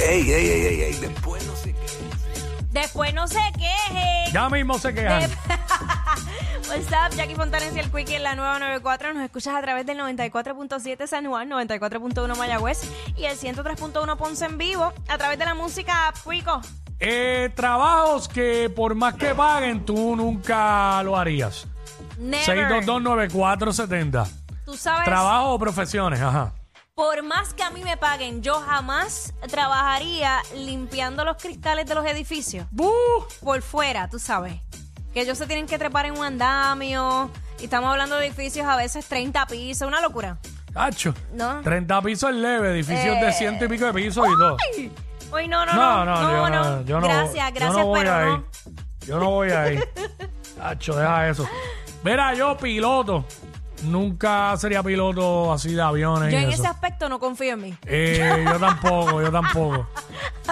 Ey, ey, ey, ey, ey, después no sé qué. Después no se quejen. Ya mismo se quejan. What's up, Jackie Fontanes y el Quickie en la nueva 94. Nos escuchas a través del 94.7 San Juan, 94.1 Mayagüez y el 103.1 Ponce en vivo a través de la música app, Quico. Eh, trabajos que por más que paguen, tú nunca lo harías. Never. Pues- 6229470. Tú sabes, Trabajo o profesiones, ajá. por más que a mí me paguen, yo jamás trabajaría limpiando los cristales de los edificios ¡Buh! por fuera, tú sabes. Que ellos se tienen que trepar en un andamio. Y estamos hablando de edificios a veces 30 pisos, una locura. Hacho. No. 30 pisos es leve, edificios de ciento y pico de pisos y todo. Uy, no, no, no. No, no, yo no, yo no- gracias, yo no gracias, voy pero ahí. no. Yo no voy ahí. Hacho, deja eso. Mira, yo piloto. Nunca sería piloto así de aviones. Yo y en eso. ese aspecto no confío en mí. Eh, yo tampoco, yo tampoco.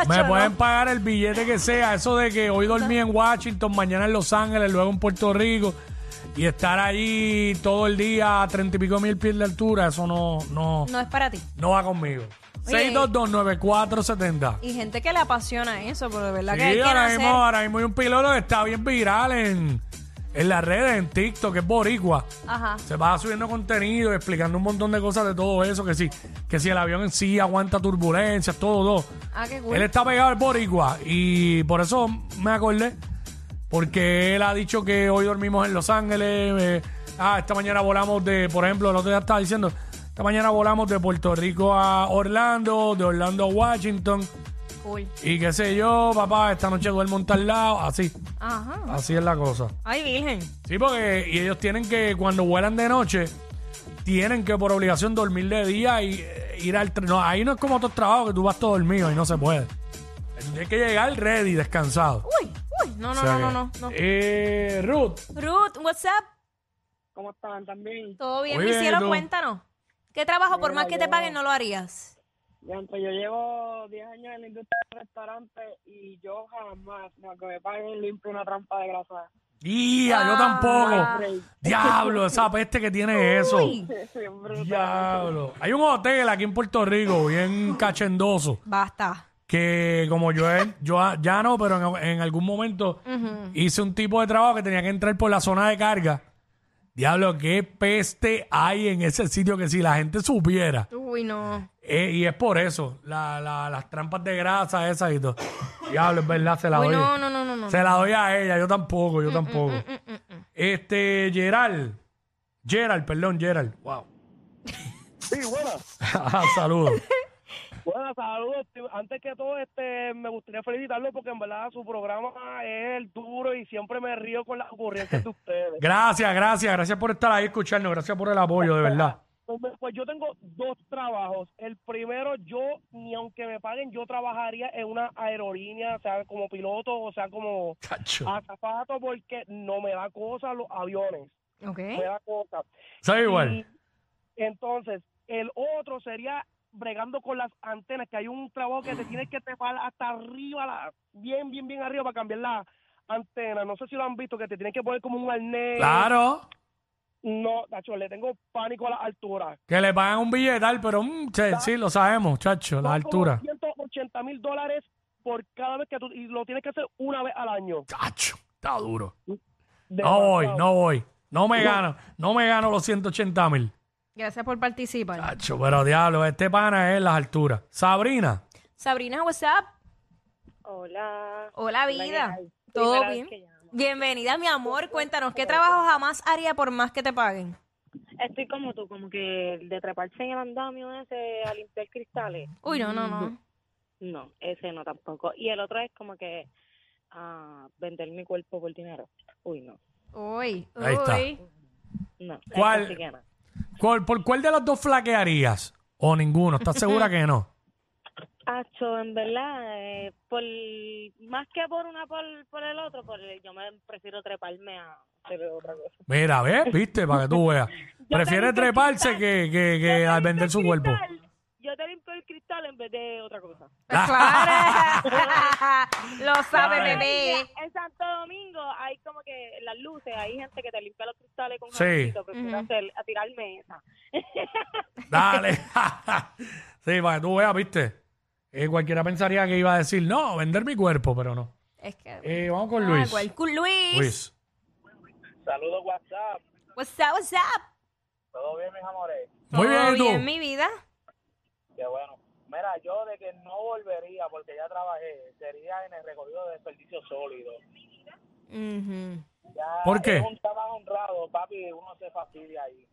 Me Yo no. pueden pagar el billete que sea, eso de que hoy dormí en Washington, mañana en Los Ángeles, luego en Puerto Rico y estar allí todo el día a treinta y pico mil pies de altura, eso no, no, No es para ti. no va conmigo. Oye. 6229470. Y gente que le apasiona eso, pero de verdad que hay Sí, que ahora nacer. mismo, ahora mismo hay un piloto que está bien viral en, en las redes, en TikTok, que es boricua. Ajá. Se va subiendo contenido, explicando un montón de cosas de todo eso, que sí, que si el avión en sí aguanta turbulencias, todo, todo. Ah, qué cool. Él está pegado al boricua y por eso me acordé, porque él ha dicho que hoy dormimos en Los Ángeles, eh, ah, esta mañana volamos de, por ejemplo, el otro día estaba diciendo, esta mañana volamos de Puerto Rico a Orlando, de Orlando a Washington Cool. y qué sé yo, papá, esta noche duermo en tal lado, así, Ajá. así es la cosa. Ay, virgen. Sí, porque y ellos tienen que, cuando vuelan de noche, tienen que por obligación dormir de día y eh, ir al tren. No, ahí no es como otros trabajos que tú vas todo dormido y no se puede. Tienes que llegar ready, descansado. Uy, uy. No, no, O sea no, que- no, no, no. Eh, Ruth, Ruth, what's up? ¿Cómo estaban también? ¿Todo bien, Muy mi bien, cielo? ¿y tú? Cuéntanos. ¿Qué trabajo, por más que te paguen, no lo harías? Ya, pues, yo llevo 10 años en la industria del restaurante y yo jamás, aunque me paguen, limpio una trampa de grasa. ¡Ya! yo Ah. tampoco. Diablo, esa peste que tiene eso. Uy. Siempre Diablo. Hay un hotel aquí en Puerto Rico, bien cachendoso. Basta. que como yo, he- yo a- ya no, pero en, en algún momento hice un tipo de trabajo que tenía que entrar por la zona de carga. Diablo, qué peste hay en ese sitio que si la gente supiera. Uy, no. Eh, y es por eso, la- la- las trampas de grasa esas y todo. Diablo, es verdad, se la Uy, doy. no, no, no, mm, no, no. Mm, Se la doy a ella, yo tampoco, yo tampoco. Este, Gerald. Gerald, perdón, Gerald. Wow. Sí, buenas. Saludos. Buenas, saludos. Antes que todo, este, me gustaría felicitarlo porque en verdad su programa es el duro y siempre me río con las ocurrencias de ustedes. Gracias, gracias, gracias por estar ahí escucharnos, gracias por el apoyo, de verdad. Pues, me- pues yo tengo dos trabajos. El primero, yo, ni aunque me paguen, yo trabajaría en una aerolínea, o sea, como piloto, o sea, como Cacho. azafato, porque no me da cosa los aviones. mm. Ok. ¿Eh? Me da cosa. Soy igual. Y entonces, el otro sería bregando con las antenas, que hay un trabajo que te tienes que trepar hasta arriba, la- bien, bien, bien arriba para cambiar la antena. No sé si lo han visto, que te tienes que poner como un arnés. Claro, No, Nacho, le tengo pánico a las alturas. que le pagan un billetal, pero mm, che, sí, lo sabemos, chacho, la altura. 180 mil dólares por cada vez que tú, y lo tienes que hacer una vez al año. Chacho, está duro. No voy, Demasiado. no voy. No me gano, no me gano los 180 mil. Gracias por participar. Chacho, pero diablo, este pana es las alturas. Sabrina, Sabrina, what's up? Hola. Hola, ¿qué vida. hay? ¿Todo Primera vez bien? que llamo. Bienvenida, mi amor. Cuéntanos, ¿qué trabajo jamás haría por más que te paguen? Estoy como tú, como que de treparse en el andamio ese a limpiar cristales. Uy, no, no, no. No, ese no tampoco. Y el otro es como que ah, vender mi cuerpo por dinero. Uy, no. Uy, uy. Ahí está. No. ese ¿Cuál? sí que no. ¿cuál- ¿por cuál de los dos flaquearías? O ninguno, ¿estás segura que no? Acho, en verdad, eh, por, más que por una por, por el otro, por el- yo me prefiero treparme a hacer otra cosa. Mira, ¿ves? ¿Viste? Para que tú veas. Prefiere limpio el treparse cristal. que, que, que Yo te al limpio vender el su cuerpo. cristal, Yo te limpio el cristal en vez de otra cosa. Ah. Pues Claro. Lo sabe, Claro. bebé. En Santo Domingo hay como que las luces, hay gente que te limpia los cristales con Sí. jaboncito, prefiero Ujú. hacer- a tirarme esa. Dale. sí, para que tú veas, ¿viste? Eh, cualquiera pensaría que iba a decir, no, vender mi cuerpo, pero no. Es que. Eh, vamos con Ah, Luis. cual- con Luis. Luis. Saludos, WhatsApp. What's up, what's up? ¿Todo bien, mis amores? Muy Todo bien, ¿y tú? mi vida. Qué bueno. Mira, yo de que no volvería porque ya trabajé, sería en el recogido de desperdicios sólidos. Ujú. Ya ¿Por qué? Ah, Es un trabajo honrado, papi, uno se fastidia ahí.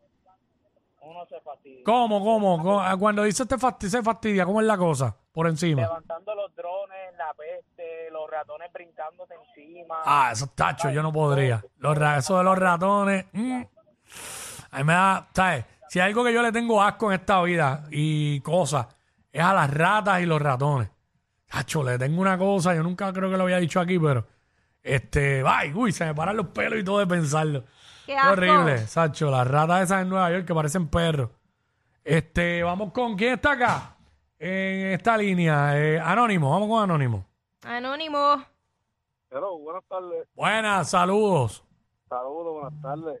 Uno se fastidia. ¿Cómo, cómo? ¿Cómo? Ah, Cuando dices te fasti- se fastidia, ¿cómo es la cosa? Por encima. Levantando los drones, la peste, los ratones brincándote encima. Ah, esos tachos, yo no podría. Los ra- eso de los ratones. mm. A mí me da, ¿sabes? Si hay algo que yo le tengo asco en esta vida y cosas, es a las ratas y los ratones. Tacho, le tengo una cosa, yo nunca creo que lo había dicho aquí, pero. Este, ay, uy, se me paran los pelos y todo de pensarlo. Qué asco. horrible, Sacho. Las ratas esas en Nueva York que parecen perros. Este, vamos con. ¿Quién está acá? En esta línea. Eh, Anónimo, vamos con Anónimo. Anónimo. Pero buenas tardes. Buenas, saludos. Saludos, buenas tardes.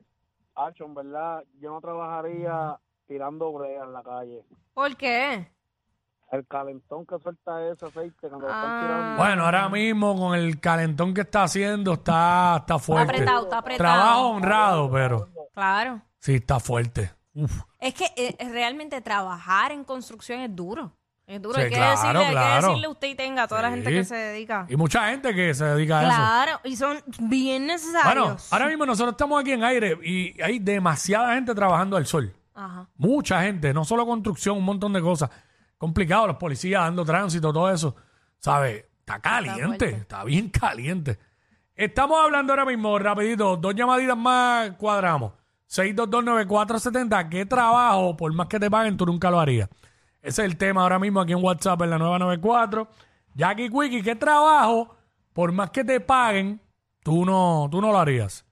Hacho, en verdad, yo no trabajaría tirando brea en la calle. ¿Por qué? El calentón que suelta ese aceite cuando lo Ah. están tirando. Bueno, ahora mismo con el calentón que está haciendo, está, está Está fuerte. apretado, está apretado. Trabajo honrado, pero Claro. sí, está fuerte. Uf. Es que eh, realmente trabajar en construcción es duro. Es duro. Sí, hay, que claro, decirle, hay que claro. decirle usted y tenga a toda la Sí. gente que se dedica. Y mucha gente que se dedica a eso. Claro, y son bien necesarios. Bueno, ahora mismo nosotros estamos aquí en aire y hay demasiada gente trabajando al sol. Ajá. Mucha gente, no solo construcción, un montón de cosas. Complicado, los policías dando tránsito, todo eso. ¿Sabes? Está caliente, fuerte. está, bien caliente. Estamos hablando ahora mismo, rapidito, dos llamaditas más cuadramos. 6229470, ¿qué trabajo, por más que te paguen, tú nunca lo harías? Ese es el tema ahora mismo aquí en WhatsApp, en la nueva 94. Jackie Quickie, ¿qué trabajo, por más que te paguen, tú no, tú no lo harías?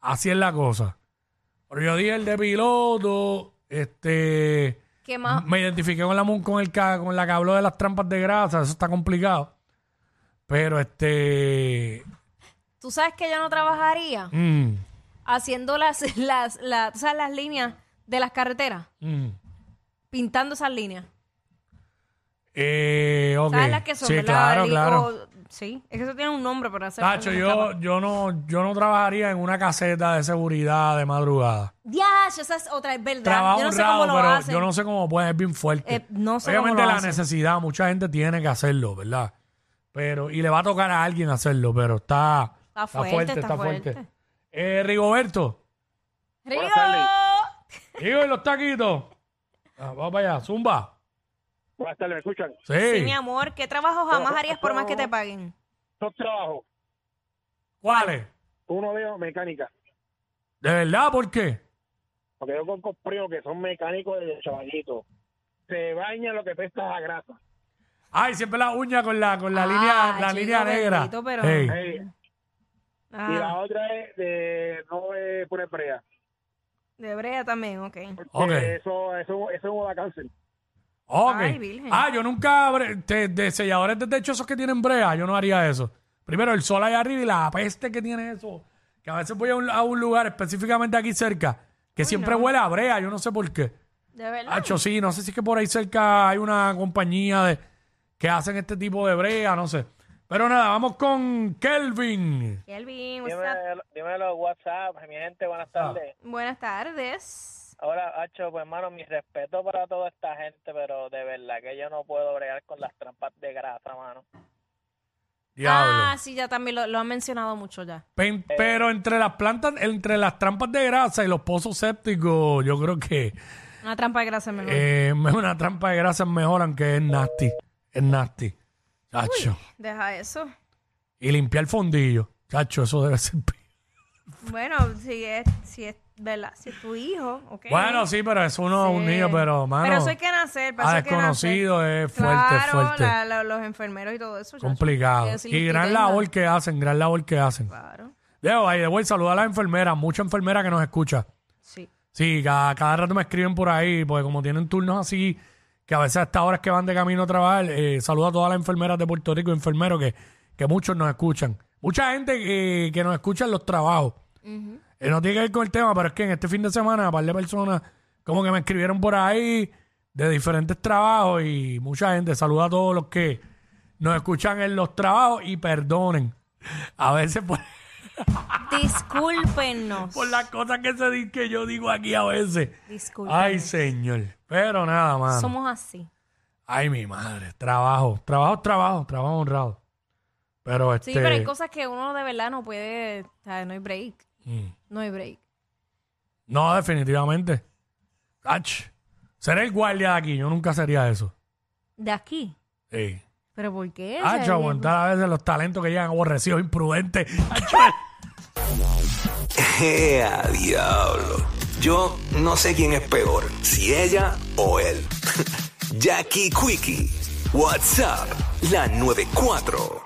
Así es la cosa. Pero yo dije el de piloto, este... ¿Qué más? Me identifiqué con la, mu- con, el, ca- con la que habló de las trampas de grasa, eso está complicado. Pero este... ¿Tú sabes que yo no trabajaría mm, haciendo las, las, las, tú sabes, las líneas de las carreteras? mm, Pintando esas líneas. eh, ok. ¿Sabes las que son? sí, verdad? claro, Digo, claro. sí, es que eso tiene un nombre para hacer. Tacho, yo, yo, no, yo no trabajaría en una caseta de seguridad de madrugada. Diacho, esa es otra, es verdad. Trabajo yo no sé honrado, cómo lo pero hacen. yo no sé cómo puede, es bien fuerte. Eh, no sé Obviamente cómo lo la hacen. necesidad, mucha gente tiene que hacerlo, ¿verdad? Pero, y le va a tocar a alguien hacerlo, pero está, Está fuerte, está fuerte. Eh, Rigoberto, ¡Rigo! Digo, y los taquitos. Ah, vamos para allá, zumba. Buenas tardes, ¿me escuchan? Sí. Sí, mi amor, ¿qué trabajo jamás harías por más que te paguen? Dos trabajos. ¿Cuáles? Uno de ellos, mecánica. ¿De verdad? ¿Por qué? Porque yo conozco primos que son mecánicos de chavallitos. Se bañan lo que pesta a grasa. Ay, siempre la uña con la, con la Ah, línea, la chico línea negra. bendito, pero- Ey. Ey, Ah, Y la otra es de no eh, poner brea. de brea también, ok. Porque Ok. Eso, eso, eso es una cáncer. Ok. Ay, virgen. ah, yo nunca abre, te- de selladores de techo esos que tienen brea, yo no haría eso. Primero, el sol allá arriba y la peste que tiene eso. Que a veces voy a un, a un lugar específicamente aquí cerca que siempre huele a brea, yo no sé por qué. De verdad. Hacho, sí, no sé si es que por ahí cerca hay una compañía de, que hacen este tipo de brea, no sé. Pero nada, vamos con Kelvin. Ah, Kelvin, what's up? Dímelo, WhatsApp, mi gente, buenas tardes. Buenas tardes. Ahora, Hacho, pues hermano, mi respeto para toda esta gente, pero de verdad que yo no puedo bregar con las trampas de grasa, mano. Ah, Diablo. sí, ya también lo, lo han mencionado mucho ya. Pen- pero entre las plantas, entre las trampas de grasa y los pozos sépticos, yo creo que Una trampa de grasa es mejor. eh, una trampa de grasa es mejor, aunque es nasty. Es nasty. Chacho. Deja eso. Y limpiar el fondillo. Chacho, eso debe ser. pi- Bueno, si es, si es, ¿verdad? Si es tu hijo, ok. Bueno, sí, pero es uno Sí. un niño, pero mano. Pero ah, eso hay que nacer, para a eso hay que nacer. desconocido es fuerte, claro, fuerte. la- la- los enfermeros y todo eso. chacho. Hay que Complicado. decirle Y que gran tenga. labor que hacen, gran labor que hacen. Claro, Leo, ahí de vuelta, saludar a las enfermeras, muchas enfermeras que nos escuchan. sí. Sí, cada, cada rato me escriben por ahí, porque como tienen turnos así, que a veces hasta horas que van de camino a trabajar, eh, saludo a todas las enfermeras de Puerto Rico, enfermeros que, que muchos nos escuchan. Mucha gente que, que nos escucha en los trabajos. Eh, no tiene que ver con el tema, pero es que en este fin de semana, un par de personas como que me escribieron por ahí de diferentes trabajos y mucha gente. Saluda a todos los que nos escuchan en los trabajos y perdonen. A veces por, Discúlpenos. por las cosas que, se, di- que yo digo aquí a veces. Discúlpenos. Ay, señor. Pero nada más. Somos así. Ay, mi madre. Trabajo. Trabajo, trabajo. Trabajo honrado. Pero Sí, este... pero hay cosas que uno de verdad no puede. O sea, no hay break. mm. No hay break. No, definitivamente. Ach, ser el guardia de aquí, yo nunca sería eso. De aquí. Sí. ¿Pero por qué? O sea, Ach, aguantar a veces los talentos que llegan aborrecidos, imprudentes. Ach, ¡Ea, Eh, diablo! Yo no sé quién es peor, si ella o él. Jackie Quickie, WhatsApp, la 94.